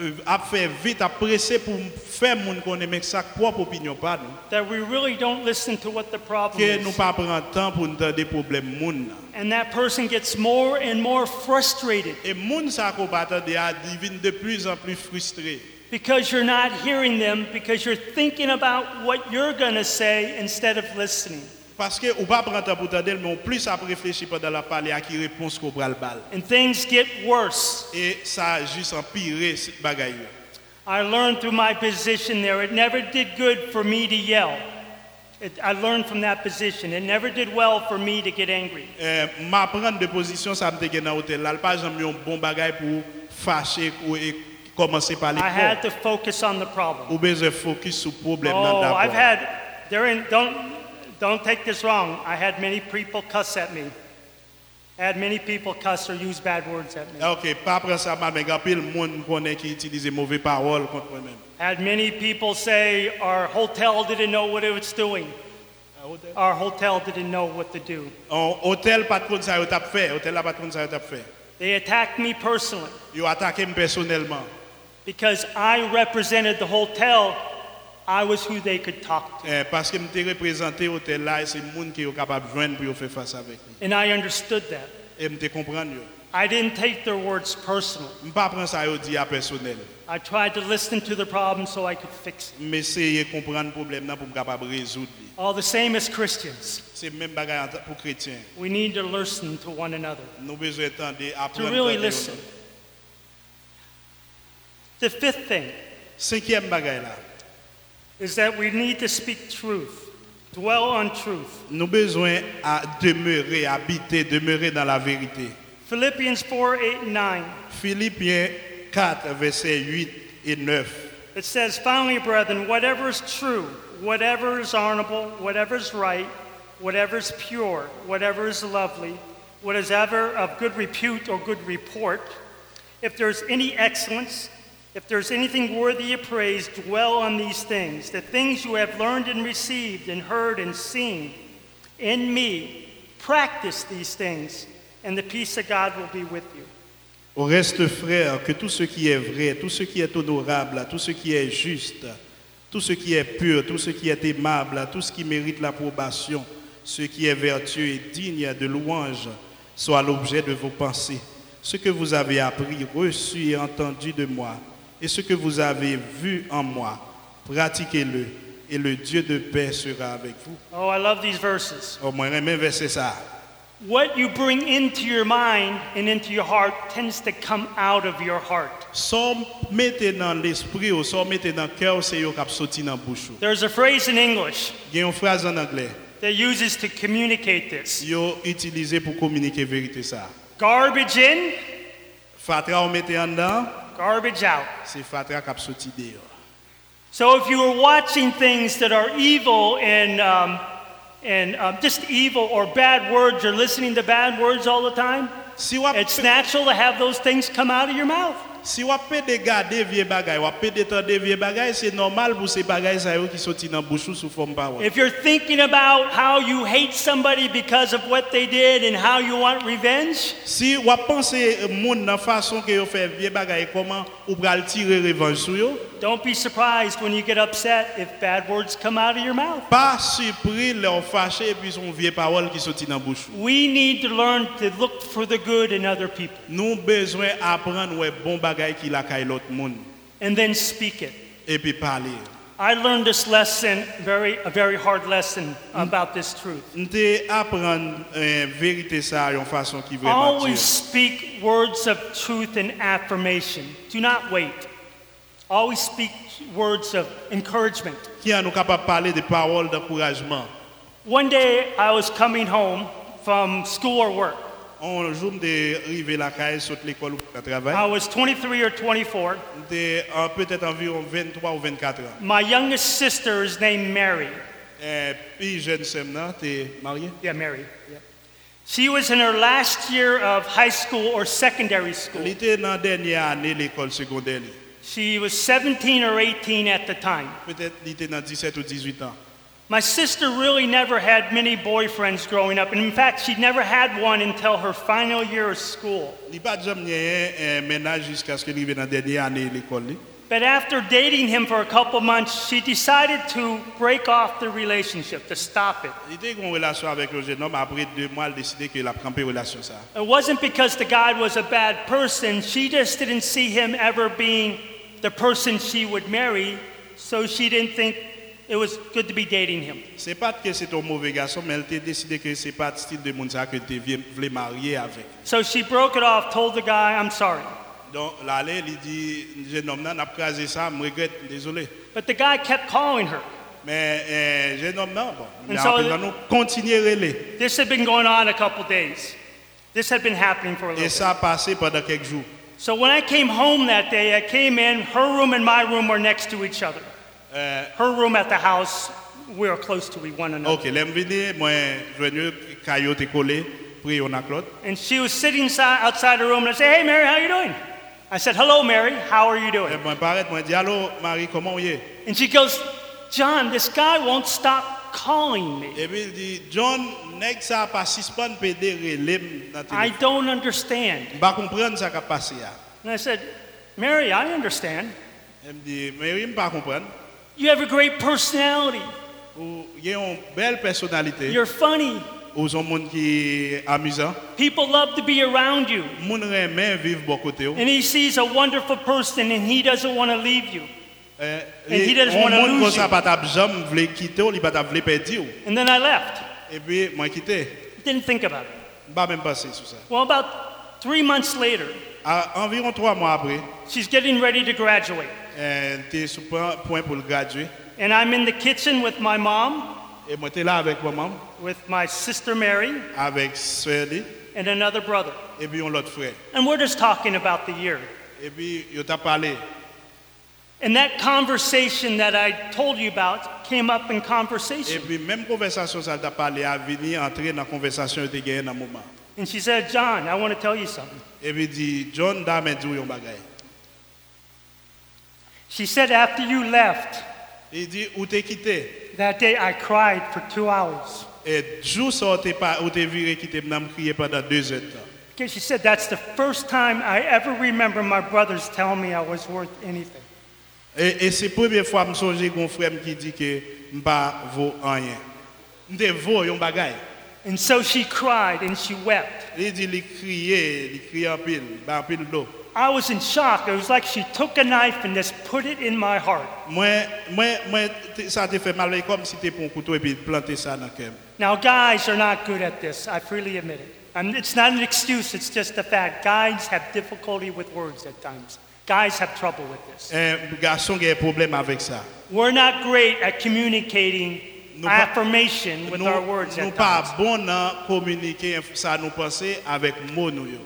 S2: euh, à faire vite, à presser pour faire monde qu'on aime sa propre opinion pas nous,
S3: that we really don't listen to what the problem
S2: que nous
S3: is.
S2: pas prendre le temps pour entendre des problèmes monde. là.
S3: And that person gets more and more frustrated
S2: Et monde ça qu'on pas attendre à devine de plus en plus frustré
S3: because you're not hearing them, because you're thinking about what you're going to say instead of listening.
S2: parce que ou pas prendre le temps pour tendre, mais en plus à réfléchir pendant la parler à qui réponse qu'on prend le bal.
S3: And things get worse.
S2: Et ça a juste empiré cette bagaille. là.
S3: I learned through my position there, it never did good for me to yell. It, I learned from that position. It never did well for me to get angry.
S2: Euh, ma prendre de position, ça me dégaine dans l'hôtel. Là, pas jamais un bon bagaille pour fâcher ou- et commencer par les
S3: I had to focus on the problem.
S2: Ou besoin focus sur le problème.
S3: Oh,
S2: là, d'abord.
S3: I've had, during, don't, don't take this wrong. I had many people cuss at me. I had many people cuss or use bad words at me. I
S2: Ah, Ok, pas après ça, ma mère, le monde connaît qui utilise mauvais paroles contre moi-même.
S3: had many people say our hotel didn't know what it was doing. Our hotel didn't know what to do.
S2: En hôtel, pas de compte ça, yo tap fait. Hôtel, là, pas de compte ça, yo tap fait.
S3: They attacked me personally
S2: Yo attaqué me personnellement.
S3: because I represented the hotel. I was who they could talk to,
S2: Eh, parce que m'étais représenté hôtel là, et c'est le monde qui est capable de joindre pour yo faire face avec lui.
S3: and I understood that.
S2: Et m'étais comprendre yo.
S3: I didn't take their words personally.
S2: M'pas prendre ça, yo dit à personnel.
S3: I tried to listen to the problem so I could fix it.
S2: M'essayer de comprendre le problème là pour me capable de résoudre. lui.
S3: All the same as Christians.
S2: C'est même bagaille en tant- pour chrétien.
S3: We need to listen to one another,
S2: Nous besoin d'entendre,
S3: to
S2: apprendre.
S3: really
S2: d'entendre.
S3: listen. The fifth thing
S2: Cinquième bagaille là.
S3: is that we need to speak truth, dwell on truth.
S2: Nous besoin à demeurer, habiter, demeurer dans la vérité.
S3: Philippians 4 8 and 9.
S2: Philippiens 4, versets 8 et 9.
S3: It says, Finally, brethren, whatever is true, whatever is honorable, whatever is right, whatever is pure, whatever is lovely, what is ever of good repute or good report, if there's any excellence, if there's anything worthy of praise, dwell on these things. The things you have learned and received and heard and seen in me, practice these things, and the peace of God will be with you.
S2: Au reste, frères, que tout ce qui est vrai, tout ce qui est honorable, tout ce qui est juste, tout ce qui est pur, tout ce qui est aimable, tout ce qui mérite l'approbation, ce qui est vertueux et digne de louange, soit l'objet de vos pensées. Ce que vous avez appris, reçu et entendu de moi, et ce que vous avez vu en moi, pratiquez-le, et le Dieu de paix sera avec vous.
S3: Oh, I love these verses.
S2: Au moins, même verset ça.
S3: What you bring into your mind and into your heart tends to come out of your heart.
S2: Sans mettre dans l'esprit ou sans mettre dans le cœur, c'est ce qui sorti dans la bouche. ou.
S3: There's a phrase in English
S2: Il y a une phrase en anglais
S3: that uses to communicate this.
S2: qui est utilisée pour communiquer vérité ça.
S3: Garbage in,
S2: Fatra on mettait en dedans,
S3: garbage out.
S2: c'est fatra qui a sorti dehors.
S3: So if you are watching things that are evil and, um, and um, just evil or bad words, you're listening to bad words all the time,
S2: Si on
S3: it's natural to have those things come out of your mouth.
S2: si on peut dégarder vieux bagaille, on peut détendre vieux bagaille, c'est normal pour ces bagailles ça yo qui sorti dans la bouche ou sous forme de parole.
S3: If you're thinking about how you hate somebody because of what they did and how you want revenge,
S2: Si on pense euh, monde dans la façon que yo fait vieux bagaille comment ou pral tirer revanche sur yo,
S3: Don't be surprised when you get upset if bad words come out of your mouth.
S2: pas surpris leur fâché et puis son vieux parole qui sorti dans la bouche. ou.
S3: We need to learn to look for the good in other people
S2: Nous besoin apprendre ouais bon bagay qui la caille l'autre monde
S3: and then speak it.
S2: et puis parler.
S3: I learned this lesson, very, a very hard lesson about this truth.
S2: Nous devons apprendre la vérité ça d'une façon qui est vraiment dure.
S3: Always speak words of truth and affirmation. Do not wait. Always speak words of encouragement.
S2: Qui est nous capable de parler des paroles d'encouragement.
S3: One day I was coming home from school or work.
S2: Un jour, je suis arrivé à la caille, sur l'école ou le
S3: I
S2: travail.
S3: was 23 or 24.
S2: J'étais euh, peut-être environ 23 ou 24 ans.
S3: My youngest sister is named Mary.
S2: Et puis, jeune Semna, tu es marié?
S3: Yeah, Mary. Yeah. She was in her last year of high school or secondary
S2: Elle
S3: school.
S2: était dans la dernière année de l'école secondaire. li.
S3: She was 17 or 18 at the time.
S2: Peut-être elle était dans 17 ou 18 ans.
S3: My sister really never had many boyfriends growing up, and in fact, she never had one until her final year of school.
S2: Il n'a pas jamais eu un ménage jusqu'à ce qu'elle arrive dans la dernière année de l'école. li.
S3: But after dating him for a couple months, she decided to break off the relationship, to stop it.
S2: Il était en relation avec le jeune homme. Après deux mois, elle a décidé qu'elle a campé relation ça.
S3: It wasn't because the guy was a bad person, she just didn't see him ever being the person she would marry, so she didn't think it was good to be dating him.
S2: C'est pas que c'est un mauvais garçon, mais elle a décidé que c'est pas le style de monde ça que tu voulais marier avec.
S3: So she broke it off, told the guy, I'm sorry.
S2: Donc, l'aller, il dit, jeune homme, n'a pas crasé ça, je regrette, désolé.
S3: But the guy kept calling her.
S2: Mais euh, jeune homme, non, bon. Mais
S3: so-
S2: après, nous continuer relais.
S3: This had been going on a couple days. This had been happening for a
S2: Et
S3: little
S2: ça a passé pendant quelques jours.
S3: bit. So when I came home that day, I came in, her room and my room were next to each other.
S2: Euh,
S3: Her room at the house, we were close to one another.
S2: ok, l'aime venir, moi, je venais, caillot est collé, pris on a Claude.
S3: And she was sitting si- outside her room and I said, hey Mary, how you doing? I said, hello Mary, how are you
S2: Et
S3: doing?
S2: moi, paraît, moi, dis, allô, Marie, comment on y est?
S3: And she goes, John, this guy won't stop calling me.
S2: Et puis, il dit, John, nest ça a pas suspendre PD relais dans le
S3: I
S2: téléphone.
S3: don't understand.
S2: Je ne comprends ça qui a passé. hein. là.
S3: And I said, Mary, I understand.
S2: Elle me dit, mais je ne pas comprendre.
S3: You have a great personality.
S2: Ou il y a une belle personnalité.
S3: You're funny.
S2: Ou son monde qui est amusant.
S3: People love to be around you.
S2: Moun remen vivre bon côté. ou.
S3: And he sees a wonderful person and he doesn't want to leave you.
S2: Euh,
S3: And he doesn't
S2: on
S3: wanna
S2: moun
S3: lose
S2: kon sa
S3: you.
S2: patap jam vle kite ou, li patap vle pedi ou.
S3: And then I left.
S2: Et puis, moi quitté.
S3: Didn't think about it.
S2: Pas même passé sur ça.
S3: Well, about three months later,
S2: À, environ trois mois après,
S3: she's getting ready to graduate.
S2: euh, t'es sur point point pour le graduer.
S3: And I'm in the kitchen with my mom,
S2: Et moi, t'es là avec maman,
S3: with my sister Mary,
S2: avec soeur li,
S3: and another brother.
S2: et puis on l'autre frère.
S3: And we're just talking about the year.
S2: Et puis, yo t'a parlé.
S3: And that conversation that I told you about came up in
S2: Et
S3: conversation.
S2: puis, même conversation, ça t'a parlé, à venir entrer dans la conversation que t'es gagné dans le moment.
S3: And she said, John, I want to tell you something.
S2: Et puis, dit, John, dame, dis yon bagay.
S3: She said, after you left
S2: Il dit, où t'es quitté?
S3: that day, I cried for two hours.
S2: Et jour ça, où t'es pas- où t'es viré, quitté, m'nam crié pendant deux heures. de temps.
S3: Okay, she said, that's the first time I ever remember my brothers telling me I was worth anything.
S2: Et, et c'est la première fois que je songe mon frère qui dit que je ne vaut rien. Je vaux un bagay.
S3: And so she cried and she wept.
S2: Il dit, il criait, il criait en pile, bah, en pile d'eau.
S3: I was in shock. It was like she took a knife and just put it in my heart.
S2: Moi, moi, moi, t- ça te fait mal mais comme si tu pris un couteau et puis planter ça dans le cœur.
S3: Now, guys are not good at this. I freely admit it. And it's not an excuse, it's just a fact. Guys have difficulty with words at times. Guys have trouble with this.
S2: Un garçon qui a un problème avec ça.
S3: We're not great at communicating
S2: Nous pas-
S3: affirmation with
S2: nous
S3: our words
S2: nous
S3: at times.
S2: pas bon à communiquer ça nous penser avec mots. nous yo.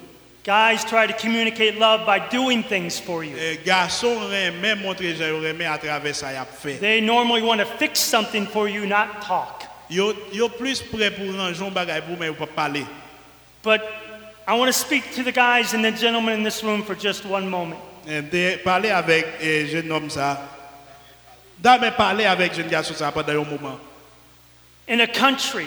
S3: Guys try to communicate love by doing things for you.
S2: Euh, Garçon remet montrer j'ai remet à travers ça y a fait.
S3: They normally want to fix something for you, not talk.
S2: Yo yo plus prêt pour ranger un bagage pour mais ou pas parler.
S3: But I want to speak to the guys and the gentlemen in this room for just one moment.
S2: Euh, De parler avec euh, jeune homme ça. Dame parler avec jeune garçon ça pendant un moment.
S3: In a country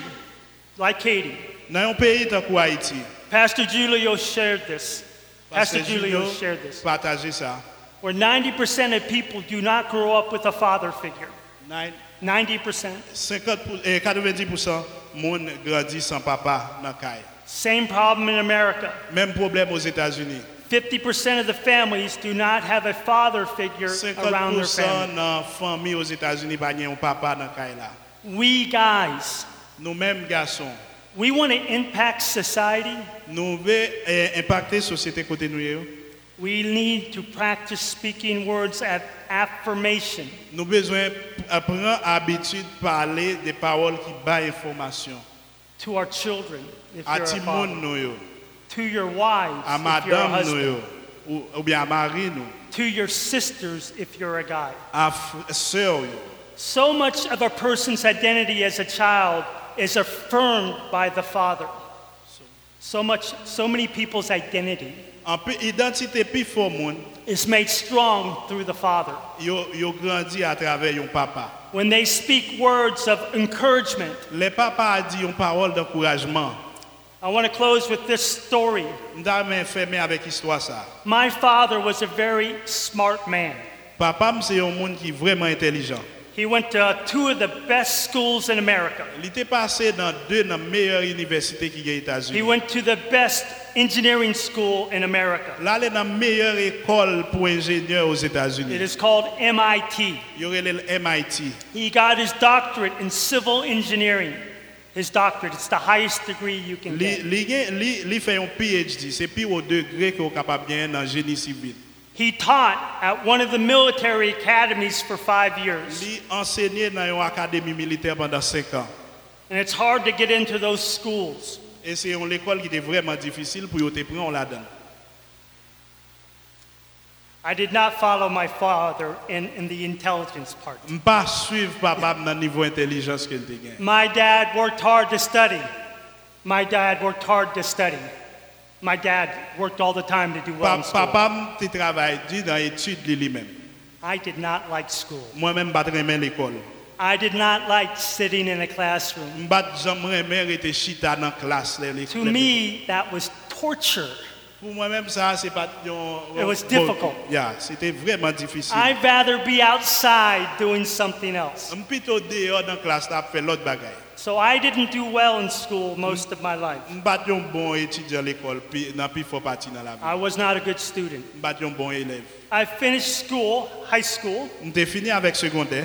S3: like Haiti,
S2: Dans un pays tant que Haïti.
S3: Pastor Julio shared this. Pastor Julio
S2: Julio
S3: shared this.
S2: Partager ça.
S3: Where 90% of people do not grow up with a father figure.
S2: Nine-
S3: 90%.
S2: 50 pou- eh, 90% moun grandit sans papa dans la caille.
S3: Same problem in America.
S2: Même problème aux États-Unis.
S3: 50% of the families do not have a father figure around their
S2: 50%
S3: family.
S2: nan fami aux Etats-Unis pa gen yon papa nan kay la.
S3: We guys,
S2: Nou menm gason,
S3: we want to impact society.
S2: nou ve eh, impacte sosyete kote nou yo.
S3: We need to practice speaking words of affirmation.
S2: Nou bezwen apren abitud pale de parol ki ba informasyon.
S3: to our children if
S2: A
S3: you're a
S2: timoun
S3: father,
S2: nou yo,
S3: to your wives
S2: a
S3: if you're a
S2: madame nou
S3: husband,
S2: yo, ou, ou bien a mari nou,
S3: to your sisters if you're a guy.
S2: a f- sèw yo.
S3: So much of a person's identity as a child is affirmed by the father. So much, so many people's identity
S2: An pe identite pi fò moun,
S3: is made strong through the father.
S2: yo, yo grandi a travè yon papa.
S3: When they speak words of encouragement,
S2: Le papa a di yon parol d'enkourajman.
S3: I want to close with this story.
S2: Nda men fèmè avèk histwa sa.
S3: My father was a very smart man.
S2: Papa m se yon moun ki vreman intelijan.
S3: He went to two of the best schools in America.
S2: Li te pase nan dè nan meyèr universite ki gen
S3: He
S2: Etats-Unis.
S3: went to the best engineering school in America.
S2: La le nan meyèr ekol pou enjenyeur os
S3: It
S2: Etats-Unis.
S3: is called MIT.
S2: Yorele l MIT.
S3: He got his doctorate in civil engineering. His doctorate, it's the highest degree you can
S2: Li,
S3: get.
S2: li, gen, li, li fè yon PhD. Se pi ou degre ki ou kapab gen nan jeni sivil.
S3: He taught at one of the military academies for five years.
S2: Li ensegnye nan yon akademi militer pandan 5 an.
S3: And it's hard to get into those schools.
S2: E se yon l'ekol ki te vreman difisil pou yo te pren ou la dan.
S3: I did not follow my father in, in the intelligence part.
S2: Mpa suiv papam nan nivou intelijans ke l te gen.
S3: My dad worked hard to study. My dad worked hard to study. My dad worked all the time to do well. in
S2: Pa-
S3: school.
S2: Papam te travay di nan etude li li men.
S3: I did not like school.
S2: Mwen men bat remen l'ekol.
S3: I did not like sitting in a classroom.
S2: Mbat jam remen rete chita nan klas le li.
S3: To me, that was torture.
S2: Pou mwen men sa se pat yon...
S3: It was difficult.
S2: Ya, se te vreman difisil.
S3: I'd rather be outside doing something else.
S2: Mpito deyo nan klas la fe lot bagay.
S3: So I didn't do well in school most of my life.
S2: Mbat yon bon etudyan l'ekol pi, nan pi fo pati nan la vi.
S3: I was not a good student.
S2: Mbat yon bon elev.
S3: I finished school, high school.
S2: Mte fini avèk sekondè,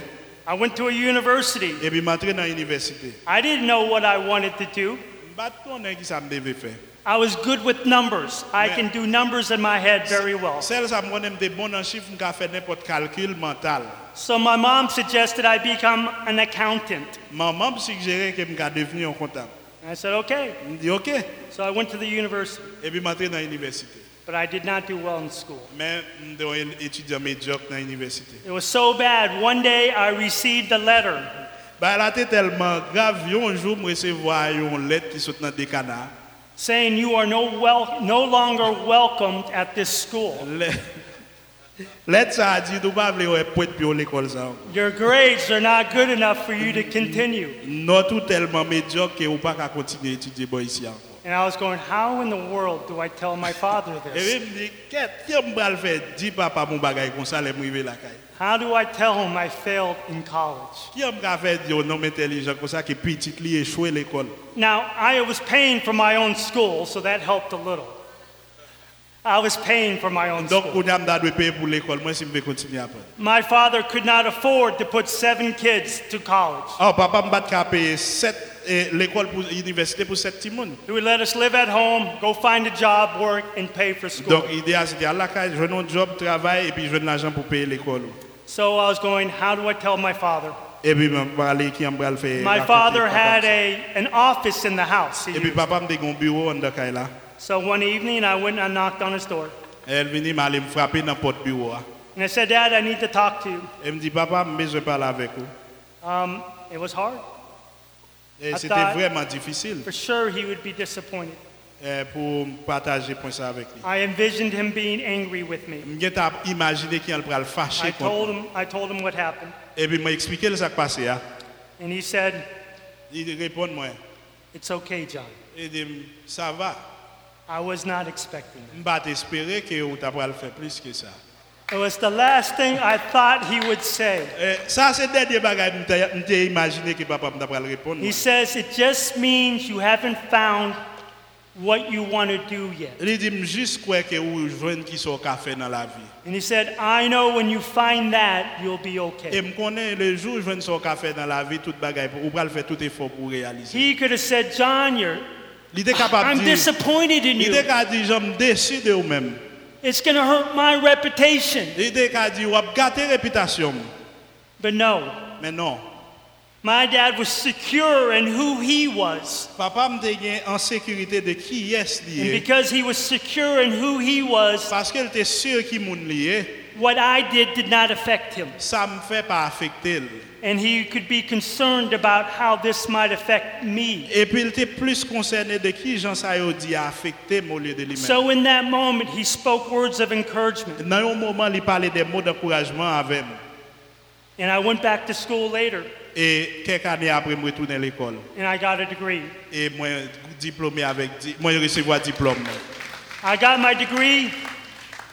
S3: I went to a university.
S2: epi matre nan universite.
S3: I didn't know what I wanted to do.
S2: Mbat konen ki sa mdeve fe.
S3: I was good with numbers. I
S2: Man.
S3: can do numbers in my head very well.
S2: Sel sa mwen mte bon nan chif mka fe nepot kalkul mental.
S3: So my mom suggested I become an accountant.
S2: Maman me suggérait que je devenu un comptable.
S3: And I said, okay.
S2: Je me dis OK. Et
S3: So I went to the university.
S2: puis je suis dans l'université.
S3: But I did not do well in school.
S2: Mais je suis un étudiant médiocre dans l'université.
S3: It was so bad. One day I received a letter.
S2: Bah, là, c'était tellement grave. Un jour, je recevoir une lettre qui sort dans des canards.
S3: Saying you are no, wel- no longer welcomed at this school.
S2: Le- Lettre, ça a dit, nous ne pas voulons pas être pour l'école. ça.
S3: Your grades are not good enough for you to continue.
S2: Notre tout tellement médiocre que vous ne pouvez pas continuer à étudier bon, ici encore.
S3: And I was going, How in the world do I tell my father
S2: Et
S3: this?
S2: puis, je me dis, qu'est-ce que je vais faire? Dis papa mon bagage comme ça, les priver la caille.
S3: How do I tell him I failed in college?
S2: Qui je vais faire dire un homme intelligent comme ça, qui petit, qui échoué à l'école?
S3: Now, I was paying for my own school, so that helped a little. I was paying for my own
S2: Donc,
S3: school.
S2: on a dû payer pour l'école. Moi, si je vais continuer à apprendre.
S3: My father could not afford to put seven kids to college.
S2: Ah, papa m'a pas payer sept, eh, l'école pour l'université pour sept petits monde.
S3: He would let us live at home, go find a job, work, and pay for school.
S2: Donc, l'idéal, c'était à la caille, je un job, travail, et puis je veux de l'argent pour payer l'école.
S3: So I was going, how do I tell my father?
S2: Et puis, je vais aller qui m'a le faire.
S3: My
S2: raconter
S3: father
S2: papa
S3: had
S2: ça.
S3: a, an office in the house. he
S2: Et puis,
S3: used.
S2: papa m'a un bureau en caille là.
S3: So one evening I went and I knocked on his door.
S2: Elle venait m'aller me frapper dans le porte bureau. là.
S3: And I said, Dad, I need to talk to you.
S2: Elle me dit, papa, mais je parle avec vous.
S3: Um, it was hard.
S2: Et
S3: I
S2: c'était
S3: thought-
S2: vraiment difficile
S3: For sure he would be disappointed.
S2: eh, pour partager point ça avec lui.
S3: I envisioned him being angry with me.
S2: Je me imaginé qu'il allait le
S3: I
S2: fâcher.
S3: told him, I told him what happened.
S2: Et puis, je expliqué ce qui s'est passé. là.
S3: And he said,
S2: Il répond, moi.
S3: It's okay, John.
S2: Et dit, ça va.
S3: I was not expecting
S2: Je vais espérer que vous allez faire plus que ça.
S3: that. It was the last thing I thought he would say.
S2: Eh, ça, c'est le dernier bagage que j'ai imaginé que papa m'a répondre.
S3: He says, It just means you haven't found what you want to do yet.
S2: Il dit, juste quoi que vous jeunes qui sont café dans la vie.
S3: And he said, I know when you find that, you'll be
S2: Et
S3: okay.
S2: me connais le jour où jeunes sont café dans la vie, toute bagaille, ou pas le faire tout effort pour réaliser.
S3: He could have said, John, you're,
S2: Il était capable
S3: I'm
S2: de dire,
S3: disappointed in
S2: il
S3: you.
S2: était capable de dire, je me décide de vous-même.
S3: It's going to hurt my reputation.
S2: Il était capable de dire, vous gâter réputation.
S3: But no,
S2: Mais non.
S3: my dad was secure in who he was.
S2: Papa me dit en sécurité de qui est
S3: And
S2: lié.
S3: because he was secure in who he was,
S2: Parce qu'il était sûr qui moun lié,
S3: what I did did not affect him.
S2: ça me fait pas affecter. l.
S3: And he could be concerned about how this might affect me.
S2: Et puis il était plus concerné de qui Jean ça yo dit a affecté mon lieu de lui-même.
S3: So in that moment, he spoke words of encouragement.
S2: Dans un moment, il parlait des mots d'encouragement avec moi.
S3: And I went back to school later
S2: Et quelques années après, je retourne à l'école.
S3: and I got a degree.
S2: Et moi, diplômé avec, di- moi, je recevoir diplôme.
S3: I got my degree,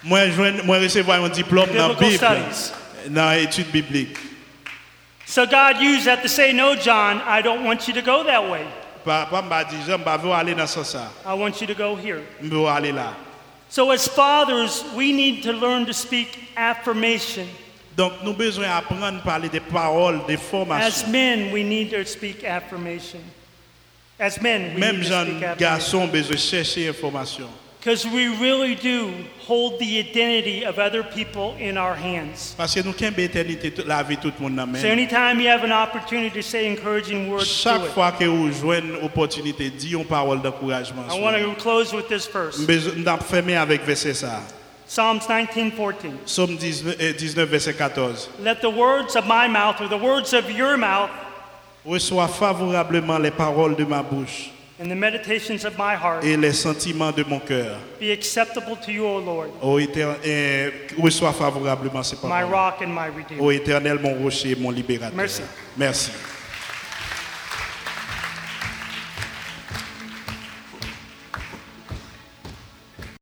S2: Moi, je moi, recevoir un diplôme dans
S3: biblical
S2: Bible,
S3: studies.
S2: dans études bibliques.
S3: So God used that to say, No, John, I don't want you to go that way.
S2: Papa m'a dit, je ne veux aller dans ce sens.
S3: I want you to go here.
S2: Je veux aller là.
S3: So, as fathers, we need to learn to speak affirmation.
S2: Donc, nous besoin apprendre à parler des paroles, des
S3: As
S2: formations.
S3: men, we need to speak affirmation. As men, we
S2: Même
S3: need to
S2: jeunes
S3: speak affirmation.
S2: garçons besoin chercher information.
S3: Because we really do hold the identity of other people in our hands.
S2: Parce que nous avons éternité toute la vie, tout le monde dans main.
S3: So, anytime you have an opportunity to say encouraging words, do
S2: Chaque
S3: it.
S2: fois que vous jouez une opportunité, dis une parole d'encouragement.
S3: I want to close with this verse
S2: Je vais fermer avec verset ça.
S3: Psalms 19:14.
S2: Somme 19, euh, 19, verset 14.
S3: Let the words of my mouth or the words of your mouth
S2: Reçois favorablement les paroles de ma bouche
S3: and the meditations of my heart
S2: et les sentiments de mon cœur.
S3: be acceptable to you, O Lord,
S2: Ô Éter- euh, reçois favorablement ces
S3: my
S2: paroles.
S3: rock and my redeemer.
S2: Ô éternel, mon rocher, mon libérateur.
S3: Merci.
S2: Merci.